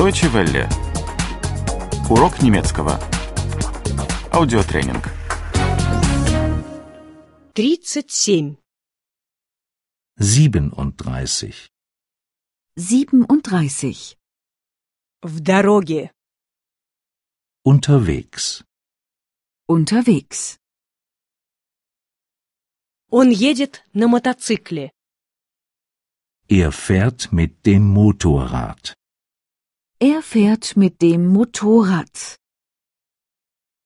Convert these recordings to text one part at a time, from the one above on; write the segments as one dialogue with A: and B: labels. A: Deutsche Welle. Урок немецкого. Аудиотренинг.
B: 37.
C: 37.
D: 37.
B: В дороге.
C: Unterwegs.
D: Unterwegs.
B: Он едет на мотоцикле.
C: Er fährt mit dem Motorrad.
D: Er fährt mit dem Motorrad.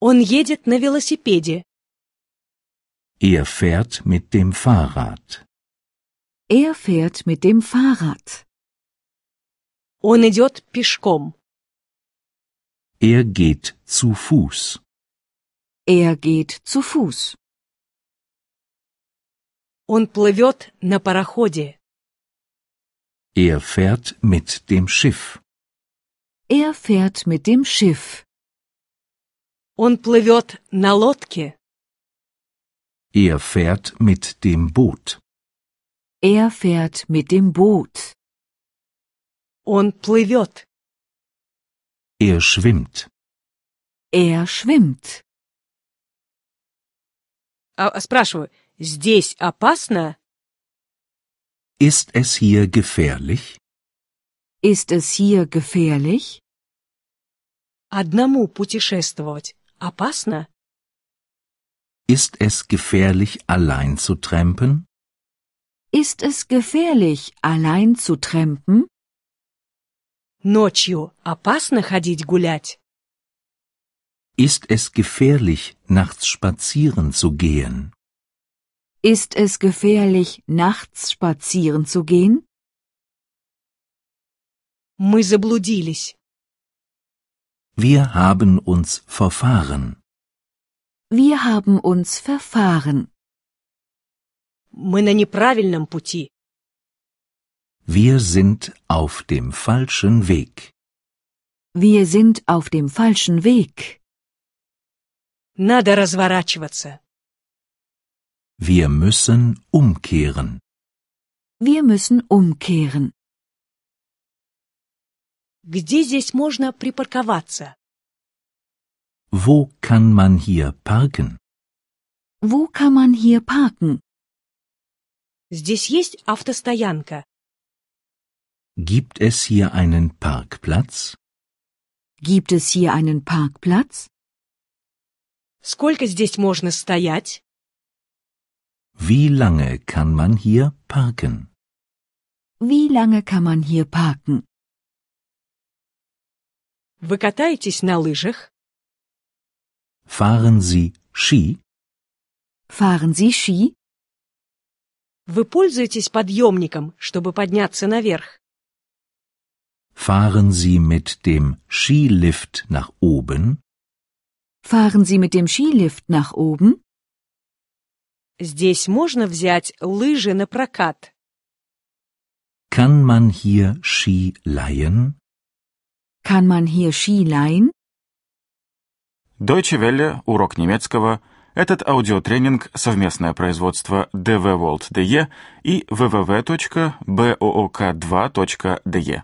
B: Он едет на велосипеде.
C: Er fährt mit dem Fahrrad.
D: Er fährt mit dem Fahrrad.
B: Он идет пешком.
C: Er geht zu Fuß.
D: Er geht zu Fuß.
B: Он плывет на пароходе.
C: Er fährt mit dem Schiff.
D: Er fährt mit dem Schiff.
B: Он плывет на лодке.
C: Er fährt mit dem Boot.
D: Er fährt mit dem Boot.
B: Он плывет.
C: Er schwimmt.
D: Er schwimmt.
B: А, а, спрашиваю, здесь опасно?
C: Ist es hier gefährlich?
D: Ist es hier gefährlich?
B: Одному путешествовать опасно?
C: Ist es gefährlich, allein zu trampen?
D: Ist es gefährlich, allein zu trampen?
B: Ночью опасно ходить гулять?
C: Ist es gefährlich, nachts spazieren zu gehen?
D: Ist es gefährlich, nachts spazieren zu gehen?
B: Мы заблудились.
C: Wir haben uns verfahren.
D: Wir haben uns verfahren.
B: Мы на неправильном пути.
C: Wir sind auf dem falschen Weg.
D: Wir sind auf dem falschen Weg.
B: Надо разворачиваться.
C: Wir müssen umkehren.
D: Wir müssen umkehren.
B: Где здесь можно припарковаться?
C: Wo kann man hier parken?
D: Wo kann man hier parken?
B: Здесь есть автостоянка.
C: Gibt es hier einen Parkplatz?
D: Gibt es hier einen Parkplatz?
B: Сколько здесь можно стоять?
C: Wie lange kann man hier parken?
D: Wie lange kann man hier parken?
B: Вы катаетесь на лыжах?
C: Fahren Sie Ski?
D: Fahren Sie Ski?
B: Вы пользуетесь подъемником, чтобы подняться наверх?
C: Fahren Sie mit dem Skilift nach oben?
D: Fahren Sie mit dem Skilift nach oben?
B: Здесь можно взять лыжи на прокат.
C: Kann man hier Ski leihen?
D: Kann man hier Ski leihen?
A: Deutsche Welle. Урок немецкого. Этот аудиотренинг – совместное производство DW World DE и www.book2.de.